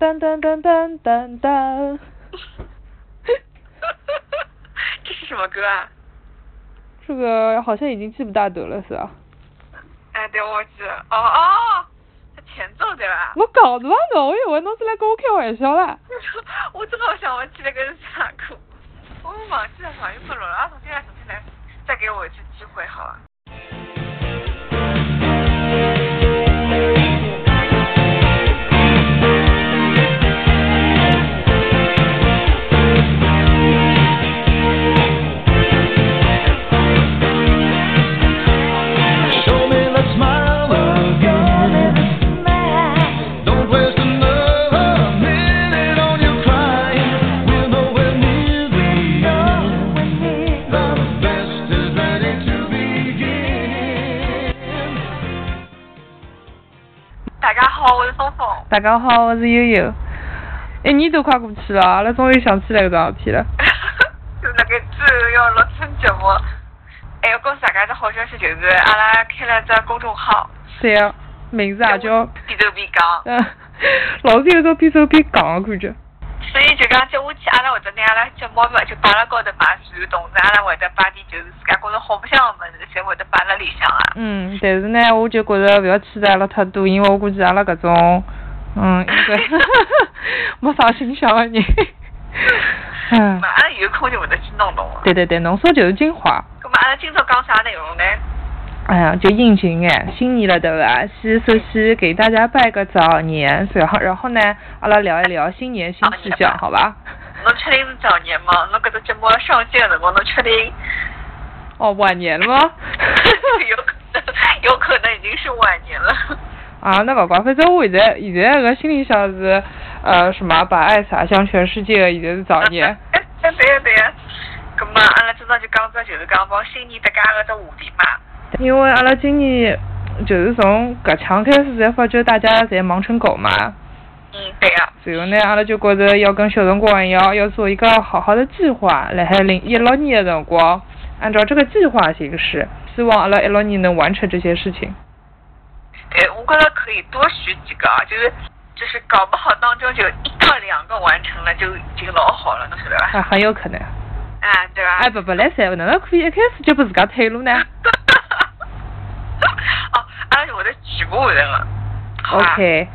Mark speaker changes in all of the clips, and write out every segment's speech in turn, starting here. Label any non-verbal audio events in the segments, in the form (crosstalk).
Speaker 1: 噔噔噔噔噔 (laughs) 噔。
Speaker 2: (laughs) 这是什么歌啊？
Speaker 1: 这个好像已经记不大得了，是吧？
Speaker 2: 哎，对，我记得。哦哦，它前奏对吧？
Speaker 1: 我搞着了，我以为侬是来跟我开玩笑啦。
Speaker 2: (laughs) 我真的好想忘记那个是啥歌，我忘记了，好像不录了，啊，重新来，重新来，再给我一次机会，好吧？
Speaker 3: Show me that smile again. Don't waste another minute on your crying. We're nowhere near the end. The best is ready to begin.
Speaker 2: 大家好，我是峰峰。 (laughs)
Speaker 1: 大家好，我是悠悠。一年都快过去了，阿拉终于想起来搿桩事体了。
Speaker 2: 就那个只要录春节目，还要告诉大家的好消息就是，阿拉开了只公众号，
Speaker 1: 对啊，名字也叫
Speaker 2: 边走边讲，
Speaker 1: 嗯， (laughs) 老是有一种边走边讲的感觉。
Speaker 2: 所以就讲接下去阿拉会得拿阿拉节目嘛就摆辣高头嘛，然后同时阿拉会得摆点就是自家觉着好白相个物事，侪会得摆辣里向啊。
Speaker 1: 嗯，但是呢，我就觉着勿要期待阿拉太多，因为我估计阿拉搿种，嗯，应该 (laughs) 没啥形象 (laughs) 的人。
Speaker 2: (laughs)
Speaker 1: 嗯
Speaker 2: 嘛，，阿拉有空就会得去弄弄个。
Speaker 1: 对对对，浓缩就是精华。
Speaker 2: 咁么阿拉今朝讲啥内容呢？
Speaker 1: 哎呀，就应景哎，新年了对伐？先首先给大家拜个早年，然后然后呢，阿拉聊一聊新年新气象，好吧？
Speaker 2: 侬确定是早年吗？侬搿只节目上线的辰光，
Speaker 1: (laughs)
Speaker 2: 侬确定？
Speaker 1: 哦，晚年了吗？
Speaker 2: 有可能，有可能已经是晚年了。
Speaker 1: 啊，那勿管，反正我现在现在搿心里想是，呃，什么把爱洒向全世界，现在是早
Speaker 2: (laughs)
Speaker 1: 年。
Speaker 2: 哎哎对呀对呀，咁么阿拉今朝就讲只就是讲帮新年搭界个只话题嘛。
Speaker 1: 因为阿拉今年就是从搿腔开始，才发觉大家侪忙成狗嘛。
Speaker 2: 嗯，对呀、
Speaker 1: 然后呢，阿拉就觉着要跟小辰光一样，要做一个好好的计划，辣海零一六年的辰光，按照这个计划行事，希望阿拉一六年能完成这些事情。
Speaker 2: 对，我觉着可以多许几个啊，就是就是搞不好当中就一个两个完成了，就已经老好了，侬晓得
Speaker 1: 啊，
Speaker 2: 吧？
Speaker 1: 很有可能。
Speaker 2: 啊，对吧？
Speaker 1: 哎，不不来塞，哪能可以一开始就拨自家退路呢
Speaker 2: (laughs) 哦，阿拉是会得全部完成了，好吧？
Speaker 1: ？OK，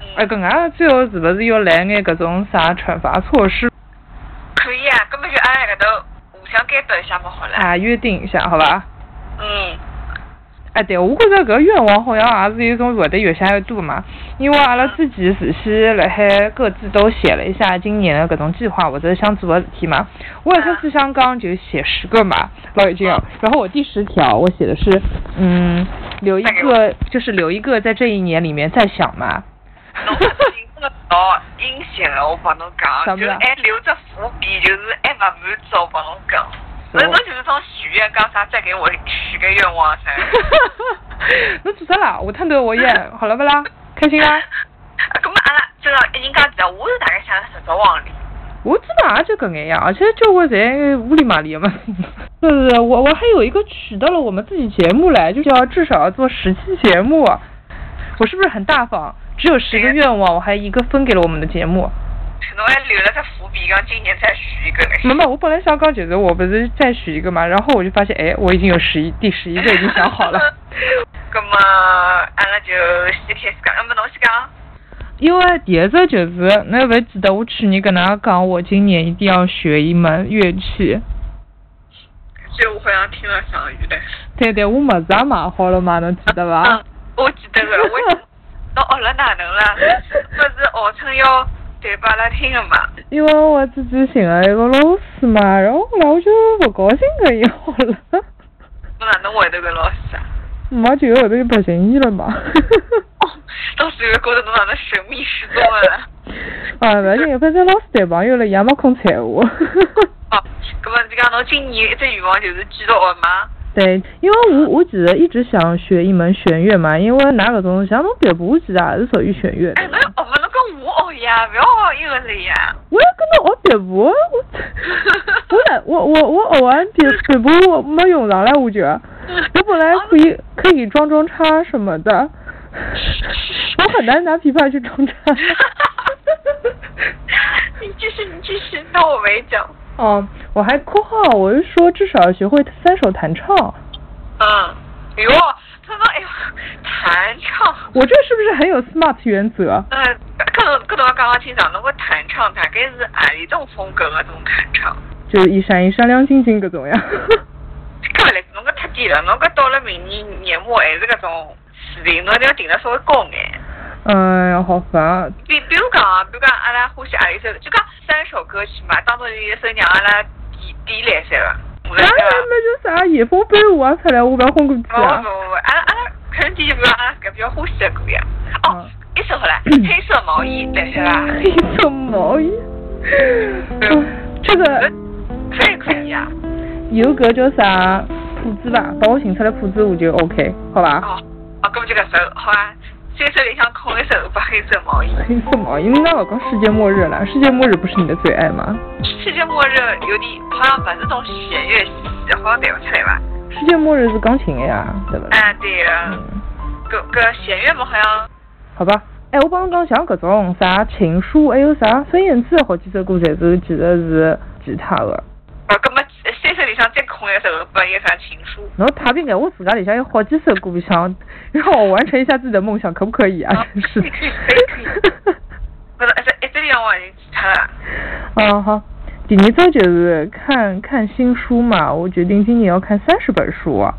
Speaker 2: 嗯
Speaker 1: 哎，搿能介最后是勿是要来眼搿种啥惩罚措施
Speaker 2: 可以啊，根本就阿拉搿头互相监督一下嘛，好了。
Speaker 1: 啊？约定一下，好伐？
Speaker 2: 嗯，
Speaker 1: 哎，对，我觉着搿愿望好像也是有种会得越想越多嘛，因为阿拉自己事先辣海各自都写了一下今年的搿种计划或者想做的事体嘛。我一开始想讲就写十个嘛，老已经有。然后我第十条我写的是，嗯，留一个就是留一个在这一年里面再想嘛。
Speaker 2: 侬已经真的老阴险了，我帮侬讲，
Speaker 1: 啥物
Speaker 2: 就
Speaker 1: 事
Speaker 2: 是
Speaker 1: 啊
Speaker 2: 还留着伏笔，就是还勿满足，我帮侬讲。
Speaker 1: 什么
Speaker 2: 那侬就是种许愿，讲啥再给我许个愿望
Speaker 1: (laughs)
Speaker 2: 噻。
Speaker 1: 侬做啥啦？下趟头我演好了不啦？开心
Speaker 2: (laughs)
Speaker 1: 啦？
Speaker 2: 啊，咁么阿拉就已经讲了，我是大概想了十只往里。
Speaker 1: 我真的也就搿眼样，而且交关侪乌里麻里的 (laughs) 嘛。是不是？我我还有一个取到了我们自己节目来，就是要至少要做十期节目。啊我是不是很大方？只有十个愿望，我还一个分给了我们的节目。
Speaker 2: 侬还留了只伏笔，讲今年再许一个嘞。
Speaker 1: 妈妈，我本来想刚觉得我不是再许一个嘛，然后我就发现，哎，我已经有十一第十一个已经想 (laughs)
Speaker 2: (laughs)
Speaker 1: 好了。
Speaker 2: 咁么，阿拉就先开始讲，要么侬先讲。
Speaker 1: 因为第一只就是，那还记得我去年跟大家讲，我今年一定要学一门乐器。
Speaker 2: 这我好像听了上雨的。
Speaker 1: 对对，我么子也买好了嘛，侬记得伐？
Speaker 2: (laughs) 嗯，我记得个，
Speaker 1: (laughs)
Speaker 2: 我记得侬学了哪能了？不是号称要弹拨阿拉听个嘛？
Speaker 1: 因为我自己寻了一个老师嘛，然后后来我就不高兴搿一号了，
Speaker 2: 侬哪能会得搿老师
Speaker 1: (laughs)
Speaker 2: 啊？
Speaker 1: 没就有后头就不寻伊了嘛。
Speaker 2: 哦，老师又觉得侬哪能神秘失踪了呢？
Speaker 1: (laughs) 啊，勿要紧，反正老师谈朋友了，也没空睬我。
Speaker 2: 哦，咁么就讲侬今年一只愿望就是继续学嘛？
Speaker 1: 对，因为我我其实一直想学一门弦乐嘛，因为拿搿种像侬别部，我其实也是属于弦乐的
Speaker 2: 哎，。侬学勿侬跟我学呀，勿要哦学一个是 (laughs) 呀。
Speaker 1: 我要跟侬学别部，我我哪我我我学完别别部我没用上来，我觉得。我本来可以可以装装叉什么的，我很难拿琵琶去装叉。
Speaker 2: 没讲。
Speaker 1: 哦，我还括号，我是说至少要学会三手弹唱。
Speaker 2: 嗯，哟，他妈哎呦，弹唱，
Speaker 1: 我这是不是很有 smart 原则？
Speaker 2: 嗯，搿种搿种刚刚听讲，侬个弹唱大概是何里种风格个种弹唱？
Speaker 1: 就是一闪一闪亮晶晶各种 (laughs) 呀。
Speaker 2: 搿勿来，侬搿太低了，侬搿到了明年年末还是搿种水平，侬一定要定得稍微高眼。
Speaker 1: 哎呀，好烦啊！
Speaker 2: 比比如讲啊，比如讲阿拉欢喜何里首，就讲三首歌曲嘛，当中有一首让阿拉点点来三个。我啊
Speaker 1: 当
Speaker 2: 来
Speaker 1: 然
Speaker 2: 对伐
Speaker 1: 没就啥野风飞舞啊，才来我把轰过去
Speaker 2: 不不不
Speaker 1: 啊
Speaker 2: 不。，阿拉阿拉肯定就比较阿拉搿比较欢喜的歌呀。哦
Speaker 1: 嗯，
Speaker 2: 一首好了，黑色毛衣，来是吧？
Speaker 1: 黑色毛衣。哎这个
Speaker 2: 这也可以啊。
Speaker 1: 有个叫啥谱子吧，帮我寻出来谱子我就 OK，好吧？
Speaker 2: 哦，哦，搿么就搿首，好吧。三首里向空一首把黑色毛衣。
Speaker 1: 黑色毛衣，那老讲世界末日了，世界末日不是你的最爱吗？
Speaker 2: 世界末日有点好像勿是种弦乐系，好像弹勿出来伐？
Speaker 1: 世界末日是钢琴的呀，对不对？
Speaker 2: 啊，对个，
Speaker 1: 嗯，
Speaker 2: 搿搿弦乐嘛好像
Speaker 1: 好吧。哎，我帮侬讲，像搿种啥情书，还有啥孙燕姿的好几首歌，侪是其实是吉他的。
Speaker 2: 哦，搿么三首里向再空一首，拨一啥情书。
Speaker 1: 侬太平眼，我自家里向有好几首歌想让我完成一下自己的梦想，可不可以啊
Speaker 2: 啊？
Speaker 1: 真是的
Speaker 2: 可以可以可。哎勿是，一直一直里向我已经记脱了。
Speaker 1: (laughs) 嗯，好。第二周就是看看新书嘛，我决定今年要看三十本书、啊，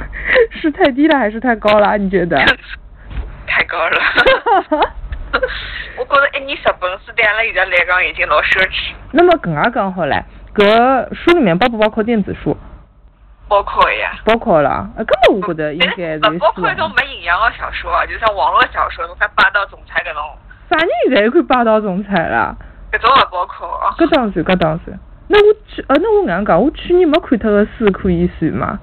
Speaker 1: (laughs) 是太低了还是太高了？啊你觉
Speaker 2: (laughs)
Speaker 1: 得？
Speaker 2: 太高
Speaker 1: (laughs)
Speaker 2: 了。我觉着一年十本书对阿拉现在来讲已经老奢侈，
Speaker 1: 那么搿能介讲好唻，搿书里面包不包括电子书？
Speaker 2: 包括呀。
Speaker 1: 包括了，呃，搿么我觉得应该是
Speaker 2: 但是勿包括一
Speaker 1: 希
Speaker 2: 种
Speaker 1: 望
Speaker 2: (laughs) 没营养的小说啊，就像网络小说，侬看霸道总裁搿种，
Speaker 1: 啥人现在又看霸道总裁了？
Speaker 2: 搿种勿包括啊。
Speaker 1: 搿当然，搿当然。那我去，呃，那我搿能讲，我去年没看脱个书可以算吗？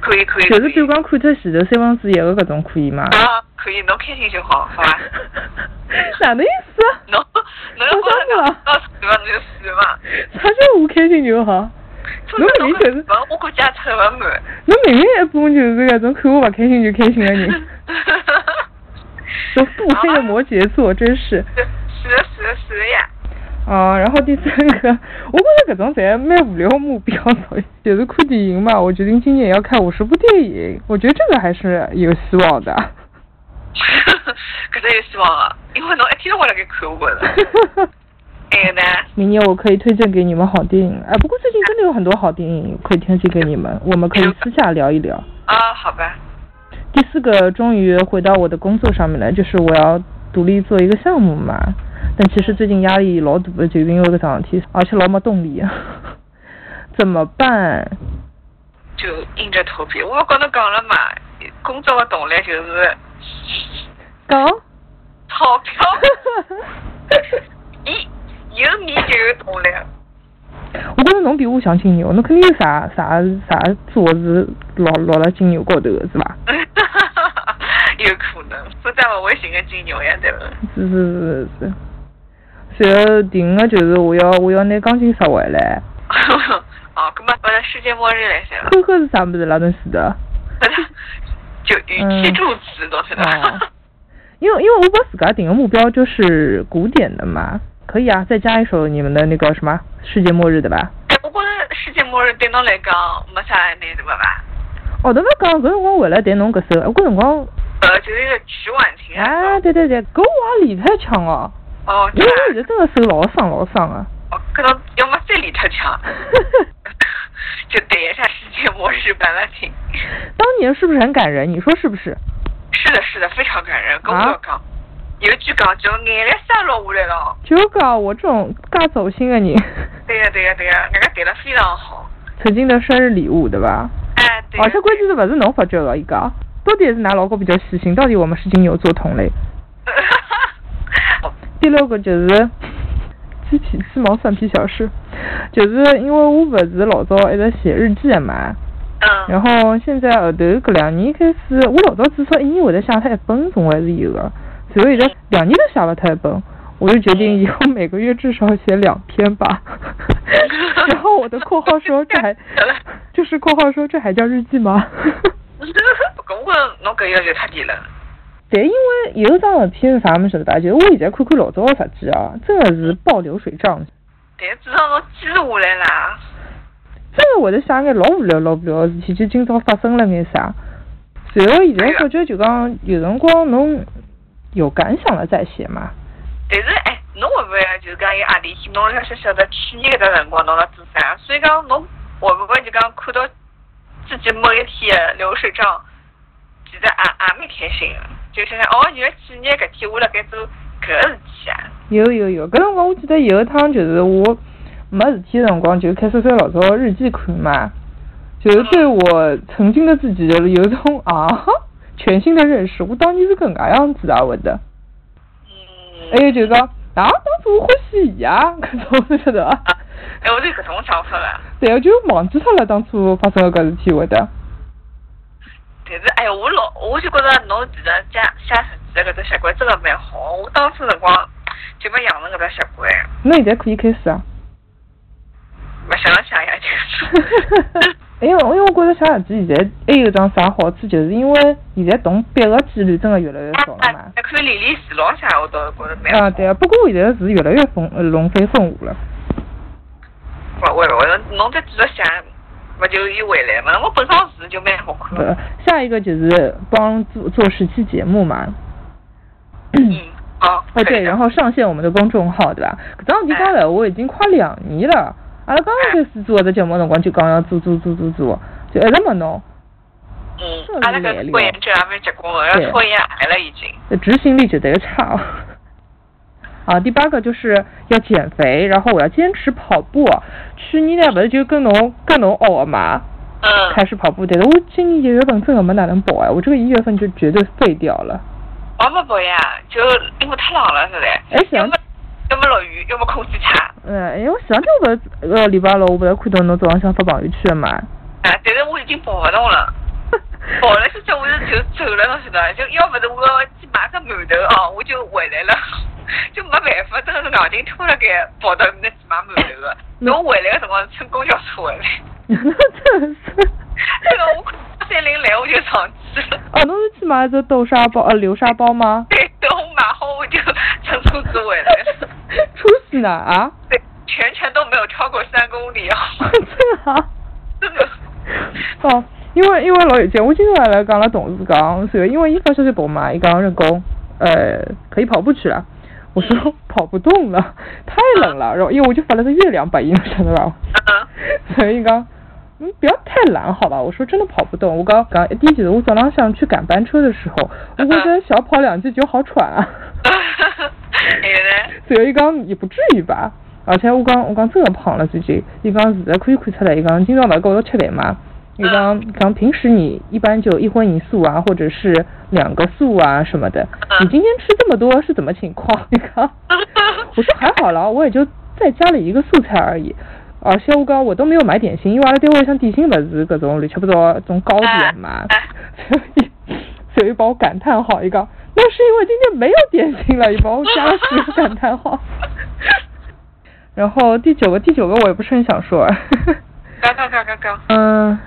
Speaker 2: 可以可以。
Speaker 1: 就是比如
Speaker 2: 可以
Speaker 1: 讲看脱前头三分之一个搿种可以吗？
Speaker 2: 啊，可以，侬开心就好，
Speaker 1: (laughs)
Speaker 2: 好伐？
Speaker 1: 哪能意思啊？
Speaker 2: 侬侬要
Speaker 1: 我
Speaker 2: 觉
Speaker 1: 想
Speaker 2: 着
Speaker 1: 过
Speaker 2: 讲到死伐，侬就死伐。
Speaker 1: (laughs) 啥叫我开心就好？
Speaker 2: 真的
Speaker 1: 侬搿里
Speaker 2: 文，我估计也凑勿满。
Speaker 1: 侬明明一般就是搿种看我勿开心就开心的
Speaker 2: (laughs)
Speaker 1: 人，这不黑的摩羯座真是。
Speaker 2: 是是的是的是的呀。 (laughs)
Speaker 1: 啊，然后第三个，我觉着搿种侪蛮无聊的目标，所以就是看电影嘛。我决定今年要看五十部电影，我觉得这个还是有希望的。 (laughs)
Speaker 2: 搿只有希望啊，因为侬一天都活辣盖看我觉着。还有呢，
Speaker 1: 明年我可以推荐给你们好电影，哎，不过最近真的有很多好电影可以推荐给你们，我们可以私下聊一聊。
Speaker 2: 啊，好吧，
Speaker 1: 第四个，终于回到我的工作上面了，就是我要独立做一个项目嘛。但其实最近压力老大的，就是因为搿桩事体，而且老没动力，怎么办？
Speaker 2: 就硬着头皮。我跟侬讲了嘛，工作的动力就是
Speaker 1: 讲，
Speaker 2: 钞
Speaker 1: (laughs)
Speaker 2: 票，伊有你就有动力。 (laughs)
Speaker 1: 我觉着侬比我像金牛，侬肯定有啥啥啥座是落落了金牛高头的是吧？
Speaker 2: 有可能，不但勿会寻个金牛呀，对伐？
Speaker 1: 是是是是。然后第五个就是我要我要拿钢琴拾回来，
Speaker 2: (laughs) 哦，搿么勿是世界末日来塞了，
Speaker 1: 看看是啥物事啦，侬晓得？
Speaker 2: (laughs) 就语气助词，侬晓得
Speaker 1: 嗯
Speaker 2: 伐？
Speaker 1: 哦因为因为我把自个定个目标就是古典的嘛，可以啊，再加一首你们的那个什么世界末日的吧。
Speaker 2: (laughs) 哎，我觉着世界末日对侬来讲没啥难度个伐？
Speaker 1: 哦，侬勿讲搿辰光为了弹侬搿首，哎我搿辰光
Speaker 2: 呃，就是一个曲婉婷
Speaker 1: 啊，
Speaker 2: 啊。
Speaker 1: 对对对，搿我也理太强哦，
Speaker 2: 哦，
Speaker 1: 因为
Speaker 2: 对吧？
Speaker 1: 我现在真个手老伤老伤啊。 (laughs)
Speaker 2: 哦，搿种要么再离他强， (laughs) 就等一下世界末日版了听。
Speaker 1: 当年是不是很感人？你说是不是？
Speaker 2: 是的，是的，非常感人，跟我
Speaker 1: 啊
Speaker 2: 讲，有一句讲就眼泪洒落下来了。
Speaker 1: 就讲我这种介走心的人，
Speaker 2: 对呀，对呀，对呀，人家弹得非常好。
Speaker 1: (laughs) 曾经的生日礼物对吧？
Speaker 2: 哎，对呀。
Speaker 1: 而且关哦键是勿是侬发觉的，伊讲到底还是㑚老公比较细心，到底我们是金牛座同类。第六个就是鸡皮鸡毛蒜皮小事，就是因为我勿是老早一直写日记的嘛，
Speaker 2: (laughs) 嗯，
Speaker 1: 然后现在后头搿两年开始，我老早至少一年会得写脱一本，总归是有的。然后现在两年都写勿脱一本，我就决定以后每个月至少写两篇吧。然后我的括号说这还就是括号说这还叫日记吗？ (laughs)
Speaker 2: 搿我觉侬搿要求太低了。
Speaker 1: 但因为有一桩事体是啥么晓得伐？就是我现在看看老早个日记啊，真个是爆流水账。
Speaker 2: 但至少侬记录下来啦。
Speaker 1: 真个会得想眼老无聊老无聊个事体，就今朝发生了眼啥。随后现在发觉就讲，有辰光侬有感想了再写嘛。
Speaker 2: 但是哎，侬会不会就是讲有阿里天，侬要是晓得去年搿只辰光侬辣做啥？所以讲侬会不会就讲看到自己某一天的流水账，其实也啊也蛮开心的，就想想哦，原来去年搿天我辣盖做搿个事体啊。
Speaker 1: 有有有，搿辰光我记得有一趟就是我没事体的辰光，就开始翻老早日记看嘛，就是对我曾经的自己有一种 (laughs) 啊全新的认识。我当年是搿能介样子啊，会得。
Speaker 2: 嗯。
Speaker 1: 还有就是讲啊，当时我欢喜伊啊，搿种侬晓得伐？
Speaker 2: 啊哎，我是搿种想法了。
Speaker 1: 对啊，就忘记脱了当初发生的搿事体，会得。
Speaker 2: 但是哎，我老我就觉着侬其实写写日记的搿只习惯真的蛮好。我当初辰光就没养成搿只习惯，
Speaker 1: 侬现在可以开始啊。
Speaker 2: 没想想呀，
Speaker 1: (laughs)
Speaker 2: 就是。
Speaker 1: 因为因为我觉着写日记现在还有一桩啥好处，就是因为现在动笔个几率真的越来越少了嘛 (laughs)
Speaker 2: 啊。，看李李史老啥，我倒是觉着蛮好
Speaker 1: 啊，对啊，不过我现在是越来越风呃龙飞凤舞了。
Speaker 2: 不会不会，侬再继续写，不就伊回来嘛？我本上字就蛮好看的。
Speaker 1: 呃，下一个就是帮做做十期节目嘛。
Speaker 2: 嗯，好。
Speaker 1: 哦
Speaker 2: 可以
Speaker 1: 对，
Speaker 2: 的
Speaker 1: 然后上线我们的公众号，对吧？搿桩事体讲了，我已经快两年了。阿拉刚刚开始做搿只节目的辰光就讲要做做做做做，就一哎直没弄。
Speaker 2: 嗯
Speaker 1: 这个，
Speaker 2: 阿拉
Speaker 1: 是
Speaker 2: 搿拖
Speaker 1: 蛮
Speaker 2: 延症也蛮结棍的，嗯
Speaker 1: 对
Speaker 2: 要拖延癌了已经。
Speaker 1: 执行力绝对差哦。啊，第八个就是要减肥，然后我要坚持跑步。去年呢，不是就跟侬跟侬学的嘛，
Speaker 2: 嗯。
Speaker 1: (laughs) 开始跑步但是我今年一月份真的没哪能跑哎，我这个一月份就绝对废掉了。
Speaker 2: 我没跑呀，就因为太冷了，实
Speaker 1: 哎
Speaker 2: 在。
Speaker 1: 行
Speaker 2: 要么要么落雨，要么空气差。
Speaker 1: 嗯，因为上天我不是呃礼拜六我不是看到侬早浪向发朋友圈嘛，
Speaker 2: 啊，但是我已经跑不动了。跑
Speaker 1: (laughs)
Speaker 2: 了之 (laughs) 后我就就走了，侬晓得伐？就要不是我要去买个馒头哦，我就回来了， (laughs) 就没办法，真的是脑筋突然给跑到那去买馒头的。侬回来的辰光乘公交车回来，
Speaker 1: 真的是。
Speaker 2: 这个我看三零来我就上去了。 (laughs)
Speaker 1: 哦，侬是去买了只豆沙包呃流沙包吗？ (laughs)
Speaker 2: 对，等我买好我就乘车子回来了。
Speaker 1: (laughs) 出息呢啊！
Speaker 2: 对，全程都没有超过三公
Speaker 1: (laughs)
Speaker 2: 里哦，
Speaker 1: 这啊。
Speaker 2: 真的。
Speaker 1: (laughs)
Speaker 2: (laughs)
Speaker 1: 哦，因为因为老有劲，我今朝还来讲了同事讲，所以因为伊发消息给我嘛，伊讲任工，呃，可以跑步去了。我说 (laughs) 跑不动了，太冷了，然后因为我就发了个月亮把音，晓得吧？
Speaker 2: 嗯，
Speaker 1: (laughs) 所以伊讲，嗯，不要太懒，好吧？我说真的跑不动，我刚刚第一就是我早浪向去赶班车的时候，我觉得小跑两句就好喘啊。
Speaker 2: 还有呢？
Speaker 1: 所以伊讲也不至于吧。而且我讲我讲真的胖了最近，伊讲现在可以看出来，伊讲今朝勿是跟我吃饭嘛，伊讲讲平时你一般就一荤一素啊，或者是两个素啊什么的，你今天吃这么多是怎么情况？伊讲，我说还好啦，我也就再加了一个素菜而已。而且我讲我都没有买点心，因为阿拉单位像点心勿是搿种乱七八糟这种糕点嘛，所以所以帮我感叹号，伊讲那是因为今天没有点心了，伊帮我加了十个感叹号。然后第九个，第九个我也不是很想说。
Speaker 2: 刚刚刚刚刚。
Speaker 1: 嗯，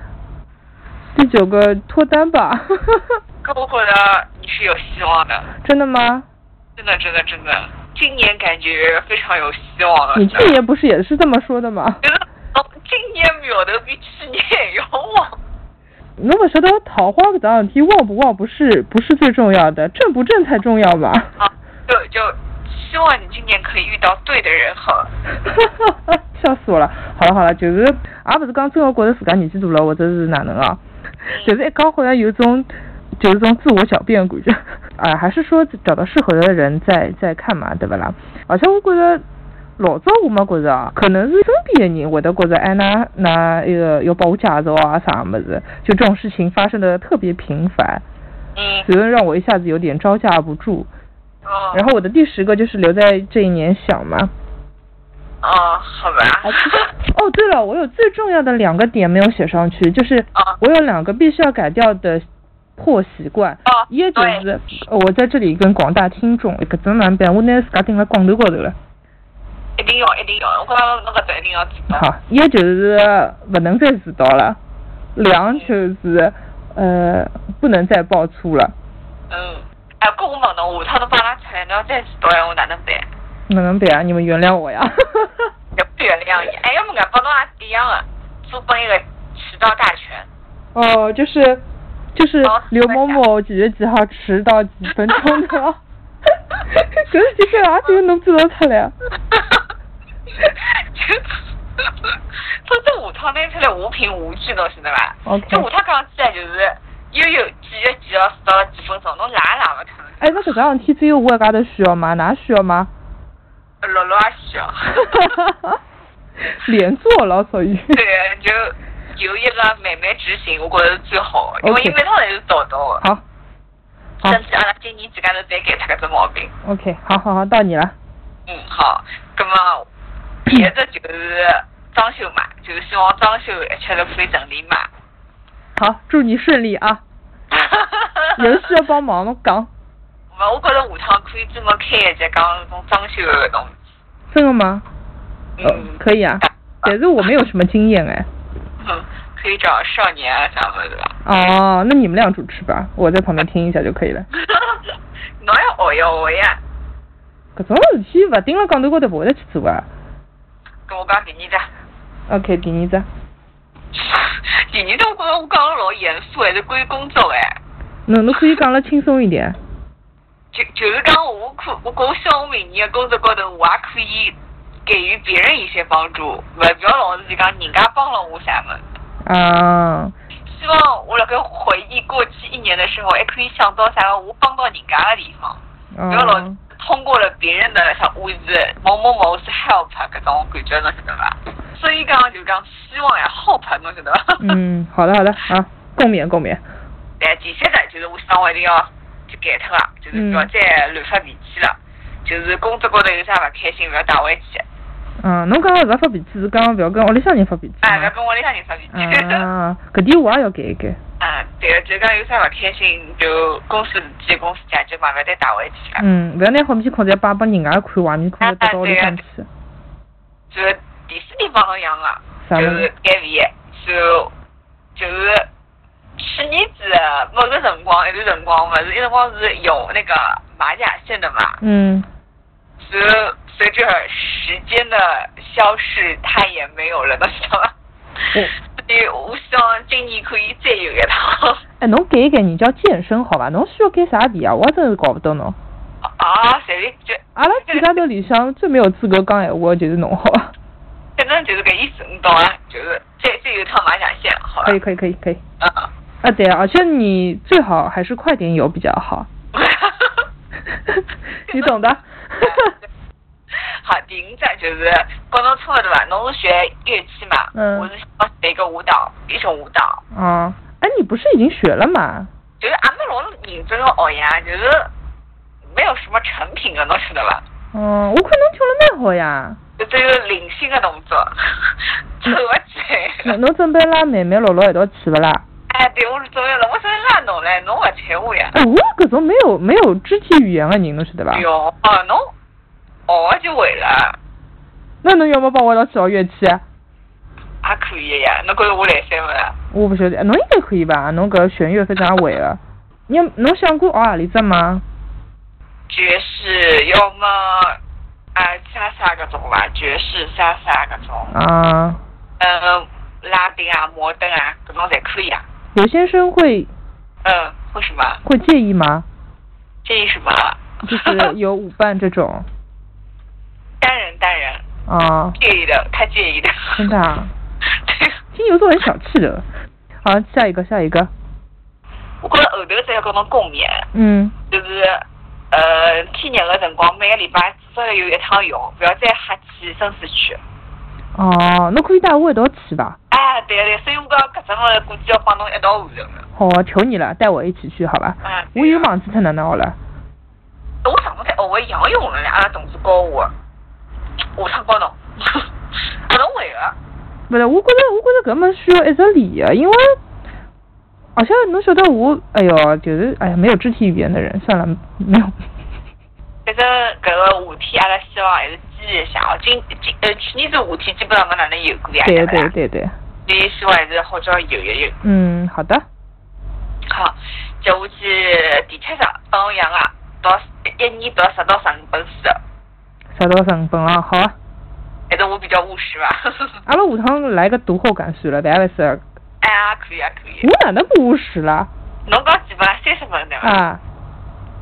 Speaker 1: 第九个脱单吧， (laughs)
Speaker 2: 可我觉得你是有希望的，
Speaker 1: 真的吗？
Speaker 2: 真的真的真的，今年感觉非常有希望了。
Speaker 1: 你去年不是也是这么说的吗？
Speaker 2: 觉得哦，今年苗头比去年要旺。
Speaker 1: 侬不晓得桃花搿桩事体旺不旺不是不是最重要的，正不正才重要吧？
Speaker 2: 啊，就就希望你今年可以遇到对的人好了。
Speaker 1: (laughs) 笑死我了！好了好了，就是也勿是讲真个觉着自家年纪大了，或者是哪能啊，就是一讲好像有种就是种自我狡辩的感觉。 (laughs) 啊，还是说找到适合的人再再看嘛，对不啦？而且我觉着老早我没觉着啊，可能是身边的人会得觉着，哎，那那呃那个要帮我介绍啊啥么子，就这种事情发生的特别频繁，
Speaker 2: 嗯，
Speaker 1: 觉得让我一下子有点招架不住。
Speaker 2: 哦，
Speaker 1: 然后我的第十个就是留在这一年想嘛，
Speaker 2: 哦，好吧 (laughs)
Speaker 1: 啊，其实。哦，对了，我有最重要的两个点没有写上去，就是
Speaker 2: 啊
Speaker 1: 我有两个必须要改掉的破习惯。
Speaker 2: 哦
Speaker 1: 一个就是呃我在这里跟广大听众，搿只难办，我拿自家顶辣光头高头了。
Speaker 2: 一定要一定要，我觉着侬搿只一定要知道。
Speaker 1: 好，一就是勿能再迟到了，两就是呃不能再报错了，
Speaker 2: 嗯，哎，搿我问侬，下趟侬帮阿拉出来，侬要再迟到闲话哪能办？
Speaker 1: 哪能办啊？你们原谅我呀。 (laughs)
Speaker 2: 哎要不要还有么个不同也是一样的，做本一个迟到大全。
Speaker 1: 哦，就是就是
Speaker 2: 哦
Speaker 1: 刘某某几月几号迟到几分钟的，
Speaker 2: (laughs)
Speaker 1: 搿事体啊干啥就侬知道出来啊？
Speaker 2: 就这这下趟拿出来无凭无据，侬晓得伐
Speaker 1: OK
Speaker 2: 就下趟讲起来就是悠悠几月几号迟到了几分钟，侬哪也哪勿出来。
Speaker 1: 哎，那搿桩事体只有我一家头需要吗？㑚需要吗？ (laughs)
Speaker 2: 落落也小。
Speaker 1: 连坐老属于。
Speaker 2: 对，就由伊拉慢慢执行，我觉着是最好的，因为
Speaker 1: OK
Speaker 2: 伊每趟侪是早到的。
Speaker 1: 好，好
Speaker 2: 争取阿拉今年自家头再改脱搿只毛病。
Speaker 1: ，OK，好好好，到你了。
Speaker 2: 嗯，好，葛么别的就是装修嘛，就是希望装修一切都可以顺利嘛。
Speaker 1: 好，祝你顺利
Speaker 2: (laughs)
Speaker 1: 啊！ (laughs) 有需要帮忙侬讲，
Speaker 2: 没，我觉着下趟可以专门开一节讲那种装修的东西。
Speaker 1: 真的吗？
Speaker 2: 嗯，
Speaker 1: 可
Speaker 2: (laughs)
Speaker 1: 以啊，但是我没有什么经验哎。
Speaker 2: 嗯，可以找少年啊啥么子吧。
Speaker 1: 哦，那你们俩主持吧，我在旁边听一下就可以
Speaker 2: (laughs)
Speaker 1: 了。
Speaker 2: 侬要学要学哎呀，
Speaker 1: 搿种事体勿盯辣讲头高头勿会得去做啊。
Speaker 2: 跟我讲第 (laughs) 二只。
Speaker 1: OK，第二只，
Speaker 2: 第二只我觉着我讲了老严肃，还是关于工作哎。
Speaker 1: 侬侬可以讲了轻松一点。
Speaker 2: 就就是讲我可我觉我希望我明年的工作高头，我也可以给予别人一些帮助，勿不要老是就讲人家帮了我啥么子。
Speaker 1: 啊，
Speaker 2: 希望我辣盖回忆过去一年的时候，还哎可以想到啥个我帮到人家的地方，不要老
Speaker 1: 哦，
Speaker 2: 通过了别人的像我是某某某是 help 啊搿种感觉，侬晓得伐？所以讲就讲希望呀 hope，侬晓得伐？。
Speaker 1: 嗯，好的好的啊，共勉共勉。
Speaker 2: (laughs) 但第三个就是我想我一定要去改脱啊，就是不要再乱发脾气了。就是工作高头有啥勿开心，勿要带回去，
Speaker 1: 嗯，侬讲勿要发脾气，是讲勿要跟屋里向人发脾气
Speaker 2: 哎，勿要
Speaker 1: 吗。
Speaker 2: 跟屋里向人发脾气。 (laughs)
Speaker 1: 啊，搿点我也要改一改。
Speaker 2: 嗯，对个，就是讲有啥勿开心，就公司事体公司解决嘛，勿要再带回去了。
Speaker 1: 嗯，勿要拿好面孔侪摆拨人家看，坏面孔侪摆到屋里向去。
Speaker 2: 就是第四地方都一样啊，
Speaker 1: 啥
Speaker 2: 就
Speaker 1: 物
Speaker 2: 是
Speaker 1: 事？
Speaker 2: 减肥，就就是去年子的某个辰光，一段辰光，勿是一辰光是有那个马甲线的嘛，
Speaker 1: 嗯，
Speaker 2: 随随着时间的消逝，它也没有了，侬晓得吗？
Speaker 1: 嗯
Speaker 2: 所以我希望今年可以再有一趟。
Speaker 1: 哎，侬改一改，人家健身好伐？侬需要改啥地啊？我也真是搞勿懂侬。
Speaker 2: (laughs) 啊，随便就
Speaker 1: 阿拉几家头里向最没有资格讲闲话的就是侬，好伐？
Speaker 2: 反正就是搿意思，你懂伐？就是再再有一趟马甲线，好吧
Speaker 1: 可以？可以可以可以。
Speaker 2: 嗯。
Speaker 1: 啊对啊，而且你最好还是快点有比较好， (laughs) 你懂的。
Speaker 2: (laughs) 好，第五站就是跟侬差勿多伐？侬是学乐器嘛？
Speaker 1: 嗯
Speaker 2: 我是想学一个舞蹈，一种舞蹈，
Speaker 1: 啊，哎，你不是已经学了吗？
Speaker 2: 就是也没老认真个学呀，就是没有什么成品啊个，侬晓得伐？
Speaker 1: 嗯，我看侬跳了蛮好呀。
Speaker 2: 就只有零星个动作， (laughs) 凑勿起来
Speaker 1: 侬。侬准备拉妹妹姥姥一道去勿啦？
Speaker 2: 哎，对，我是作为了，我真拉侬唻，侬勿睬我呀。
Speaker 1: 哎，我搿种没有没有肢体语言啊的人，侬晓得伐？
Speaker 2: 哟，哦，侬学就会了，
Speaker 1: 那侬要么帮我一道去学乐器啊？
Speaker 2: 也啊可以呀。侬觉着我来三勿啦？
Speaker 1: 我不晓得，侬应该可以吧？侬搿弦乐非常会个。你有侬想过学何里只吗？
Speaker 2: 爵士，要么啊啥啥搿种伐，爵士啥啥搿种，
Speaker 1: 啊，
Speaker 2: 嗯，拉丁啊、摩登啊搿种侪可以啊。
Speaker 1: 刘先生会
Speaker 2: 嗯，会什么？
Speaker 1: 会介意吗？
Speaker 2: 建议什么？ (laughs)
Speaker 1: 就是有舞伴这种
Speaker 2: 单人单人，
Speaker 1: 啊，
Speaker 2: 介意的，他介意的。
Speaker 1: 真的、
Speaker 2: (laughs)
Speaker 1: 啊，
Speaker 2: 对。
Speaker 1: 金牛座很小气的。好，下一个，下一个，
Speaker 2: 我觉着后头再要跟侬共勉，
Speaker 1: 嗯，
Speaker 2: 就是呃天热个辰光，每个礼拜至少要有一趟泳，不要再瞎去深水区。
Speaker 1: 哦，侬可以带我一道去吧？
Speaker 2: 哎，对对，所以我讲搿种个估计要帮侬一道完成了。
Speaker 1: 好，哦求你了，带我一起去好吧？
Speaker 2: 嗯，
Speaker 1: 我又忘记脱哪能好了。
Speaker 2: 我上趟才学会仰泳了，阿拉同事啊教我，下趟教侬， (laughs) 不能会个。
Speaker 1: 不是，我觉着我觉着搿么需要一直练个，因为而且侬晓得我，哎哟，就是哎呀，没有肢体语言的人，算了，没有。
Speaker 2: 反正搿个夏天，阿拉希望还是坚持一下哦。今今呃去年子夏天基本上没哪能游过呀，
Speaker 1: 对
Speaker 2: 不
Speaker 1: 对对对，
Speaker 2: 所以希望还是好叫游一游。
Speaker 1: 嗯，好的，
Speaker 2: 好，接下去第七场帮我养啊，读一年读十到十五本书，
Speaker 1: 十到十五分啊，好啊，
Speaker 2: 还是我比较务实吧。
Speaker 1: 阿拉下趟来个读后感算了，万勿事儿。
Speaker 2: (laughs) 哎呀，可以啊，可以。
Speaker 1: 我哪能不务实了？
Speaker 2: 侬讲几分啊？三十分对伐？
Speaker 1: 啊，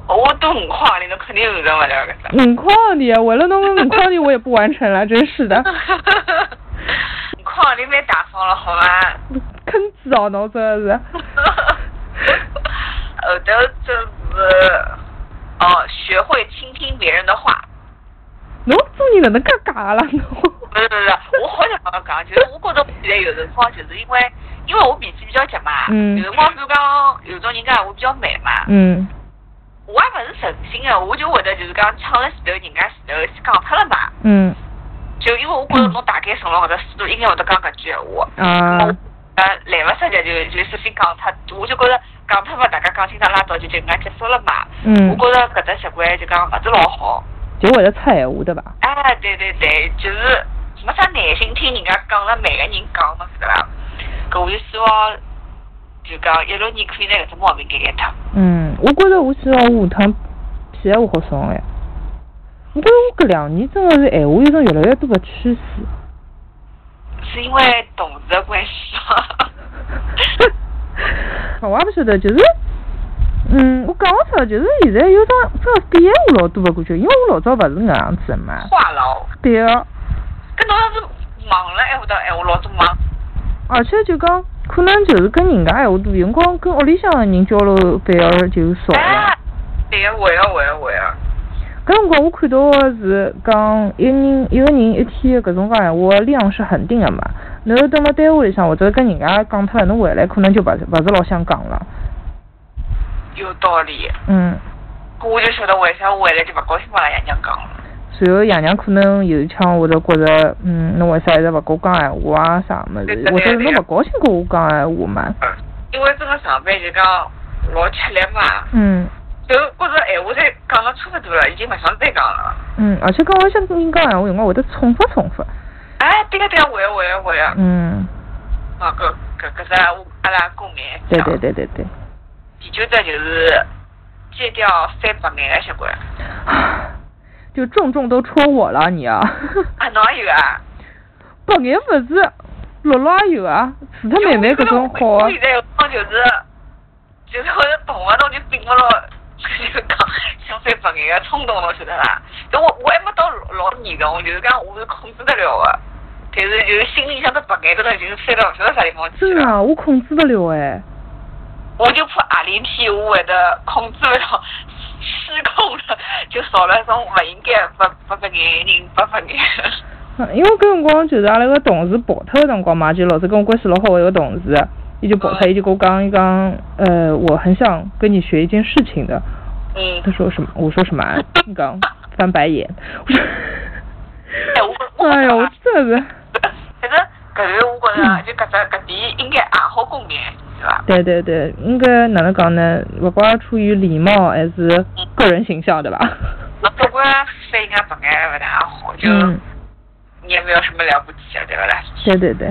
Speaker 2: 我都五块行钿，侬肯定完成勿了搿只。
Speaker 1: 五块行钿，为了侬五块行钿我也不完成了，真是
Speaker 2: (laughs)
Speaker 1: 的，
Speaker 2: 五块行钿蛮大方了，好伐？
Speaker 1: 坑子哦，侬真的是。
Speaker 2: 后头呃就是哦，学会倾听别人的话。
Speaker 1: 侬做人哪能介假了侬？
Speaker 2: 不是不是，我好想帮侬讲，就是我觉着我现在有辰光，就是因为因为我脾气比较急嘛，
Speaker 1: 嗯
Speaker 2: 有辰光比如讲有种人家闲话比较慢嘛，
Speaker 1: 嗯
Speaker 2: 我也勿是诚心的，我就会得就是讲抢了前头人家前头先讲脱了嘛，
Speaker 1: 嗯
Speaker 2: 就因为我觉着侬大概辰光搿只思路应该会得讲搿句闲话。
Speaker 1: 啊
Speaker 2: 我呃，来勿及就就就先讲脱，我就觉着讲脱嘛，大家讲清爽拉倒就就搿能介结束了嘛。我
Speaker 1: 嗯，
Speaker 2: 觉着搿只习惯就讲勿是老好。
Speaker 1: 就会得插闲话对伐？
Speaker 2: 哎，对对对，就是没啥耐心听人家讲了，每个人讲嘛，是伐？搿我就希望就讲一六年可以拿搿只毛病改改脱。
Speaker 1: 嗯，我觉着我希望我下趟屁闲话好松哎。我觉着我搿两年真的是哎闲话有种越来越多的趋
Speaker 2: (laughs)
Speaker 1: 势。
Speaker 2: 是因为同事的关系吗？
Speaker 1: (laughs) 我也不晓得，就是，嗯，我讲勿出来，就是现在有种真的比闲话老多的感觉，因为我老早勿是搿样子的嘛。
Speaker 2: 话痨，
Speaker 1: 对个、啊，
Speaker 2: 搿侬要是忙了，还会得哎，我老早忙。
Speaker 1: 而且就讲，可能就是跟人家闲话多，有辰光跟屋里向的人交流反而就少了
Speaker 2: 哎。，对个，会个会个会个。
Speaker 1: 搿辰光我看到的是讲一个人一个人一天的搿种讲闲话的量是恒定的嘛，然后等到单位里向或者跟人家讲脱了，侬回来可能就勿是勿是老想讲了。
Speaker 2: 有道理，
Speaker 1: 嗯，
Speaker 2: 我就晓得为啥我回来就勿高兴帮拉爷娘讲了。
Speaker 1: 随后爷娘可能有一腔会得觉着，嗯，侬为啥一直勿跟我讲闲话啊啥物
Speaker 2: 对
Speaker 1: 事
Speaker 2: 对，对
Speaker 1: 或者是
Speaker 2: 对
Speaker 1: 侬勿高兴跟我讲闲话嘛？
Speaker 2: 因为真个上班就讲老吃力嘛，
Speaker 1: 嗯
Speaker 2: 就觉着闲话侪讲了差勿多了，已经勿想再讲了。
Speaker 1: 嗯，而且讲我想跟人讲闲话，有辰光会得重复重复。
Speaker 2: 哎，对个对个，会个会个会个，
Speaker 1: 嗯，
Speaker 2: 啊，搿搿搿是我阿拉公民。
Speaker 1: 对对。对对对。
Speaker 2: 啊第九只就是戒掉翻白眼个习惯。
Speaker 1: (sighs) 就重重都戳我了，你啊！
Speaker 2: 啊，侬也有啊？
Speaker 1: 白眼勿是落落也有啊，除脱慢慢搿种好
Speaker 2: 我
Speaker 1: 啊
Speaker 2: 现，在有辰光就是就是我动勿动就摒勿牢，就是讲想翻白眼个冲动，侬晓得伐？就我我还没到老老严重，就是讲我是控制得了个，但是就是心里向只白眼真的已经翻到勿晓得啥地方去
Speaker 1: 真的
Speaker 2: 了。
Speaker 1: 啊，我控制不了哎。
Speaker 2: 我就怕何里天我会得控制勿了，失控了，就少了一种勿应该白白白眼的人白白眼。
Speaker 1: 嗯因为搿辰光就是阿拉个同事跑脱个辰光嘛，就老是跟我关系老好个一个同事，伊就跑脱，伊就跟我讲，伊讲，呃，我很想跟你学一件事情的。 (laughs)
Speaker 2: 嗯
Speaker 1: 他，说什么？我说什么啊？伊讲翻白眼。我说
Speaker 2: 哎我，
Speaker 1: (laughs)
Speaker 2: 我
Speaker 1: 哎呀，我真的是，
Speaker 2: 反正搿个我觉着啊就搿只搿点应该也好公平，是伐？
Speaker 1: 对对对，应该哪能讲呢？勿管出于礼貌还是个人形象，对
Speaker 2: (laughs)
Speaker 1: 吧？
Speaker 2: 不过翻人家白眼勿大好，就
Speaker 1: 嗯，
Speaker 2: 你也没有什么了不起啊的，对勿啦？
Speaker 1: 对对对，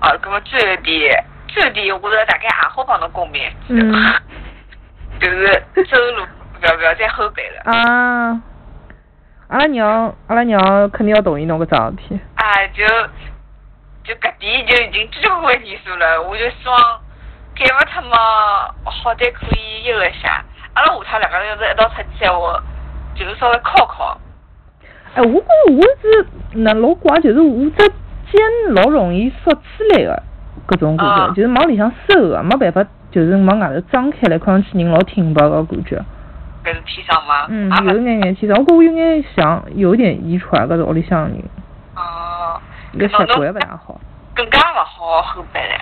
Speaker 2: 啊，搿么最后一点，最后一点，我觉着大概也好帮侬共勉，
Speaker 1: 嗯
Speaker 2: (laughs) 就是走路勿要勿要再后背了。
Speaker 1: 啊，阿拉娘，阿拉娘肯定要同意侬搿桩事体。
Speaker 2: 啊，就就搿点就已经交关年数了，我就希望改勿脱嘛，哦好歹可以悠一下。阿拉下趟两个人要是一道出去闲话，就是稍微敲敲。
Speaker 1: 哎，我觉着我是那老怪，就是我只肩老容易缩起来个搿种感觉，
Speaker 2: 啊
Speaker 1: 就是往里向收个，没办法，就是往外头张开来，看上去人老挺拔个感觉。
Speaker 2: 搿是天生吗？
Speaker 1: 嗯，
Speaker 2: 啊啊，勿
Speaker 1: 有眼眼气场，我觉我有眼像有点遗传搿是屋里向人，
Speaker 2: 哦，
Speaker 1: 搿习惯勿大好。
Speaker 2: 更加勿好后背了。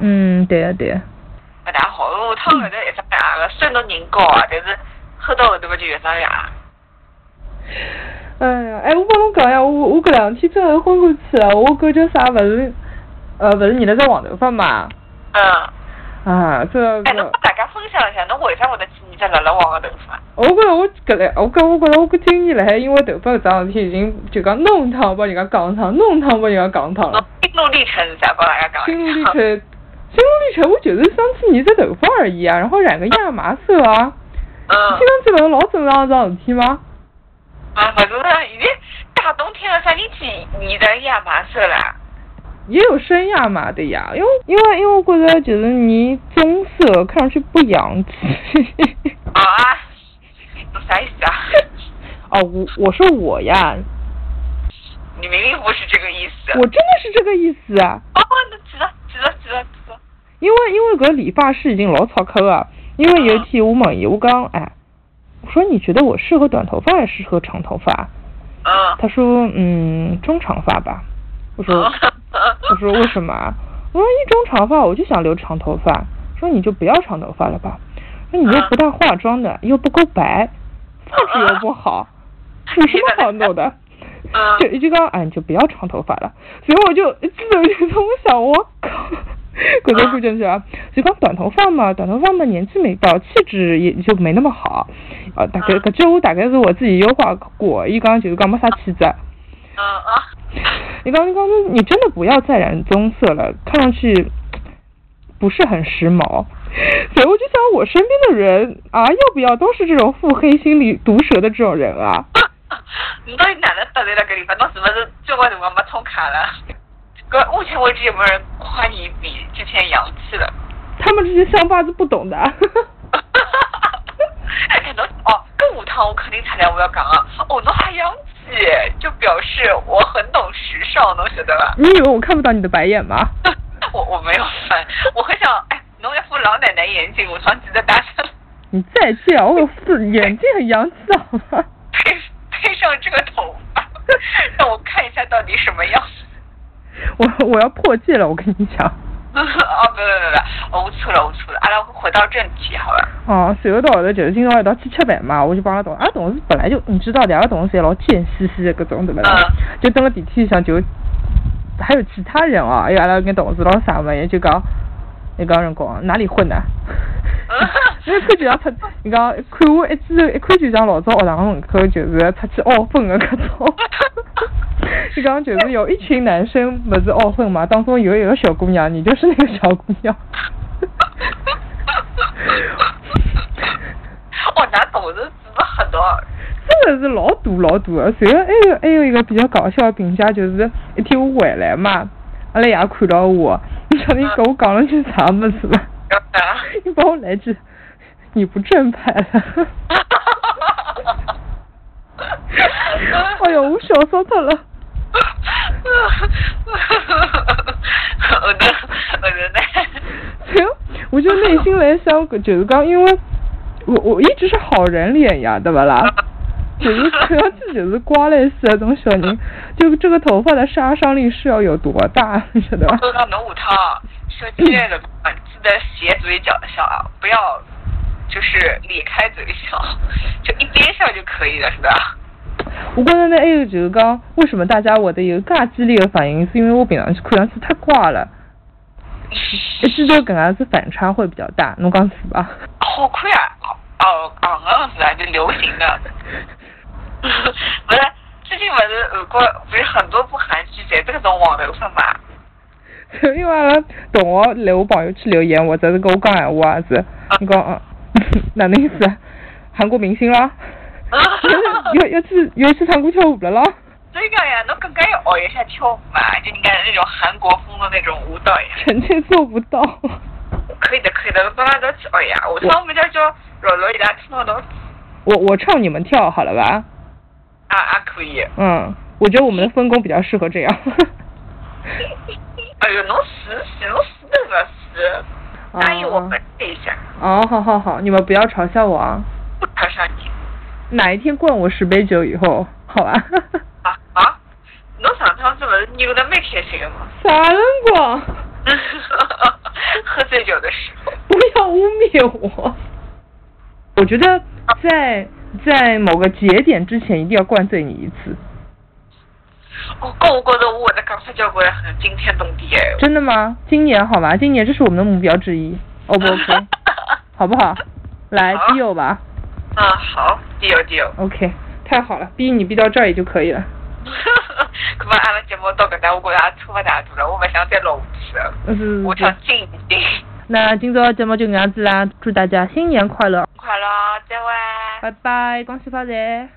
Speaker 1: 嗯，对个对个，
Speaker 2: 勿大好，因为下趟后头一直办个，虽然侬人高啊，但是后到后头勿就越长越矮。
Speaker 1: 哎呀，哎，我帮侬讲呀，我我搿两天真的昏过去了，啊我感觉啥勿是，呃，勿是染了只黄头发嘛，
Speaker 2: 嗯，
Speaker 1: 啊，这
Speaker 2: 哎， (laughs) 侬
Speaker 1: 个
Speaker 2: 跟。大家分享一下，侬为啥会得去染只辣辣黄个头发？
Speaker 1: 我觉着我搿来，我觉我觉着我搿今年辣海，因为头发搿桩事体已经就讲弄趟帮人家讲趟，弄趟帮人家讲趟
Speaker 2: 侬
Speaker 1: 了。
Speaker 2: 心路历程是啥？帮大家哦讲一下。
Speaker 1: 嗯心路历程，心路历程，我就是想去染只头发而已啊，然后染个亚麻色啊，听
Speaker 2: (laughs) 嗯，哎
Speaker 1: 上去勿是老正常一桩事体吗？
Speaker 2: 啊，勿是，现在大冬天了，啥人去你的亚麻色啦，
Speaker 1: 也有深亚麻的呀，因为因为因为我觉着就是你棕色看上去不洋气。 (laughs)
Speaker 2: 啊，啥意思啊？
Speaker 1: 哦，我我说我呀，
Speaker 2: 你明明不是这个意思。
Speaker 1: 我真的是这个意思啊，
Speaker 2: 哦，那知道知道知道知道。
Speaker 1: 因为因为搿理发师已经老草抠啊，因为有一天我问伊，我讲哎，我说你觉得我适合短头发还是适合长头发？
Speaker 2: 嗯。
Speaker 1: 他说嗯中长发吧。我
Speaker 2: 哦
Speaker 1: 说
Speaker 2: 嗯
Speaker 1: 我说为什么啊？我说一中长发我就想留长头发。说你就不要长头发了吧。说你又不带化妆的，又不够白，发质又不好，有什么好弄的？
Speaker 2: 嗯
Speaker 1: 就就讲哎，你就不要长头发了。所以我就自从就从小我靠，搿种感觉是啊，就讲短头发嘛，短头发嘛年纪没到，气质也就没那么好。呃，大概
Speaker 2: 嗯
Speaker 1: 搿句我大概是我自己优化过，伊讲就是讲没啥气质。
Speaker 2: 嗯啊。
Speaker 1: (laughs) 你刚你刚说你真的不要再染棕色了，看上去不是很时髦。 (laughs) 所以我就想，我身边的人啊，要不要都是这种腹黑、心理毒舌的这种人啊？
Speaker 2: (laughs)
Speaker 1: (laughs)
Speaker 2: 你到底哪能得罪了搿地方？侬是勿是交关辰光没充卡了？搿目前为止有没有人夸你比之前洋气了？ (laughs)
Speaker 1: 他们这些乡巴子不懂的。 (laughs)
Speaker 2: 哎，侬哦，搿下趟我肯定差点我要讲啊！哦，侬还洋气，就表示我很懂时尚，侬晓得伐？
Speaker 1: 你以为我看不到你的白眼吗？
Speaker 2: (laughs) 我我没有翻，我很想哎，侬一副老奶奶眼镜，我上次在搭上
Speaker 1: 你再见，我有四眼睛很洋气好吗？
Speaker 2: (laughs)
Speaker 1: (laughs)
Speaker 2: 配配上这个头发， (laughs) 让我看一下到底什么样。
Speaker 1: 我我要破戒了，我跟你讲。
Speaker 2: 哦，不不不不，我错了我错了，阿拉回到正题好吧？
Speaker 1: 哦，随后到后头就是今朝一道去吃饭嘛，我就帮阿拉同事，阿拉同事本来就你知道的，阿拉同事侪老贱兮兮的搿种对勿对
Speaker 2: 嗯？
Speaker 1: 就蹲辣地铁里向就，还有其他人哦，还有阿拉眼同事老啥么，也就讲，伊讲人讲哪里混的、啊 (laughs) 因为看就像出，伊讲看我一记头一看就像老早学堂门口就是出去傲混的搿种。 (laughs) 伊讲就是有一群男生勿是傲混嘛，当中有一个小姑娘，你就是那个小姑娘。
Speaker 2: 我拿懂事知道很多，
Speaker 1: (laughs) 真的是老堵老堵的。随后还有还有一个比较搞笑的评价，就是一天我回来嘛，阿拉爷看到我，你晓得你跟我讲了句啥么子吗？
Speaker 2: 要不然，
Speaker 1: 你帮我来句，你不正派了。哎呦，我笑死他了。
Speaker 2: 我的我的
Speaker 1: (laughs)
Speaker 2: 呢？
Speaker 1: 所以我就内心来想，就是讲，因为我我一直是好人脸呀，对不啦？就是主要这就是瓜类似的种小人，就这个头发的杀伤力是要有多大，你晓得吧？
Speaker 2: 都让侬下趟说激烈的话，记得斜嘴角笑啊，不要就是咧开嘴笑，就一边笑就可以了，是吧？
Speaker 1: 我觉着呢，还有就是讲，为什么大家会得有介激烈的反应，是因为我平常看上去太怪了，一记头搿能样子反差会比较大，侬讲是吧？ (laughs)
Speaker 2: 好看啊！哦哦，昂是啊，就流行的。不是，最近不是韩国不是很多部韩剧侪这种网流上嘛？
Speaker 1: (laughs) 所以阿拉同学来我朋友圈留言，或者是跟我讲闲话也是，
Speaker 2: 啊
Speaker 1: 你讲 (laughs) 嗯，哪能意思啊？韩国明星
Speaker 2: (laughs)
Speaker 1: 啦，要要去要去唱歌跳舞了啦？
Speaker 2: 所以讲呀，侬更加要学一下跳舞嘛，就应该那种韩国风的那种舞蹈呀。
Speaker 1: 臣妾做不到。
Speaker 2: 可以的，可以的，跟拉都去学呀。我上我们家叫柔柔伊拉听到侬
Speaker 1: 我我唱你们跳好了吧？
Speaker 2: 啊啊可以。
Speaker 1: 嗯，我觉得我们的分工比较适合这
Speaker 2: (laughs)
Speaker 1: 样。
Speaker 2: 哎呦，侬死死侬死都不死，答应我们这一下，
Speaker 1: 哦，好好好，你们不要嘲笑我啊！
Speaker 2: 不嘲笑你
Speaker 1: 哪一天灌我十杯酒以后，好吧？
Speaker 2: (laughs) 啊啊！侬上趟子不是扭的蛮开心的吗？
Speaker 1: 啥辰光？
Speaker 2: (laughs) 喝醉酒的时候。
Speaker 1: (laughs) 不要污蔑
Speaker 2: (laughs)
Speaker 1: 我！我觉得在在某个节点之前，一定要灌醉你一次。
Speaker 2: 我跟我觉着我会得讲出交关很惊天动地哎。
Speaker 1: 真的吗？今年好吗？今年这是我们的目标之一，O 不 OK？好
Speaker 2: (laughs)
Speaker 1: 不好？来
Speaker 2: 好
Speaker 1: 逼我吧
Speaker 2: 嗯，好，deal (laughs) deal。
Speaker 1: ，OK，太好了，逼你逼到这儿也就可以了。
Speaker 2: 搿么阿拉节目到搿搭，我觉着也差勿大多了，我勿想再录下去了，
Speaker 1: 嗯是
Speaker 2: 我想静一静。
Speaker 1: 那今朝节目就这样子啦，祝大家新年快乐，
Speaker 2: (laughs) 快乐，再会。
Speaker 1: 拜拜，恭喜发财。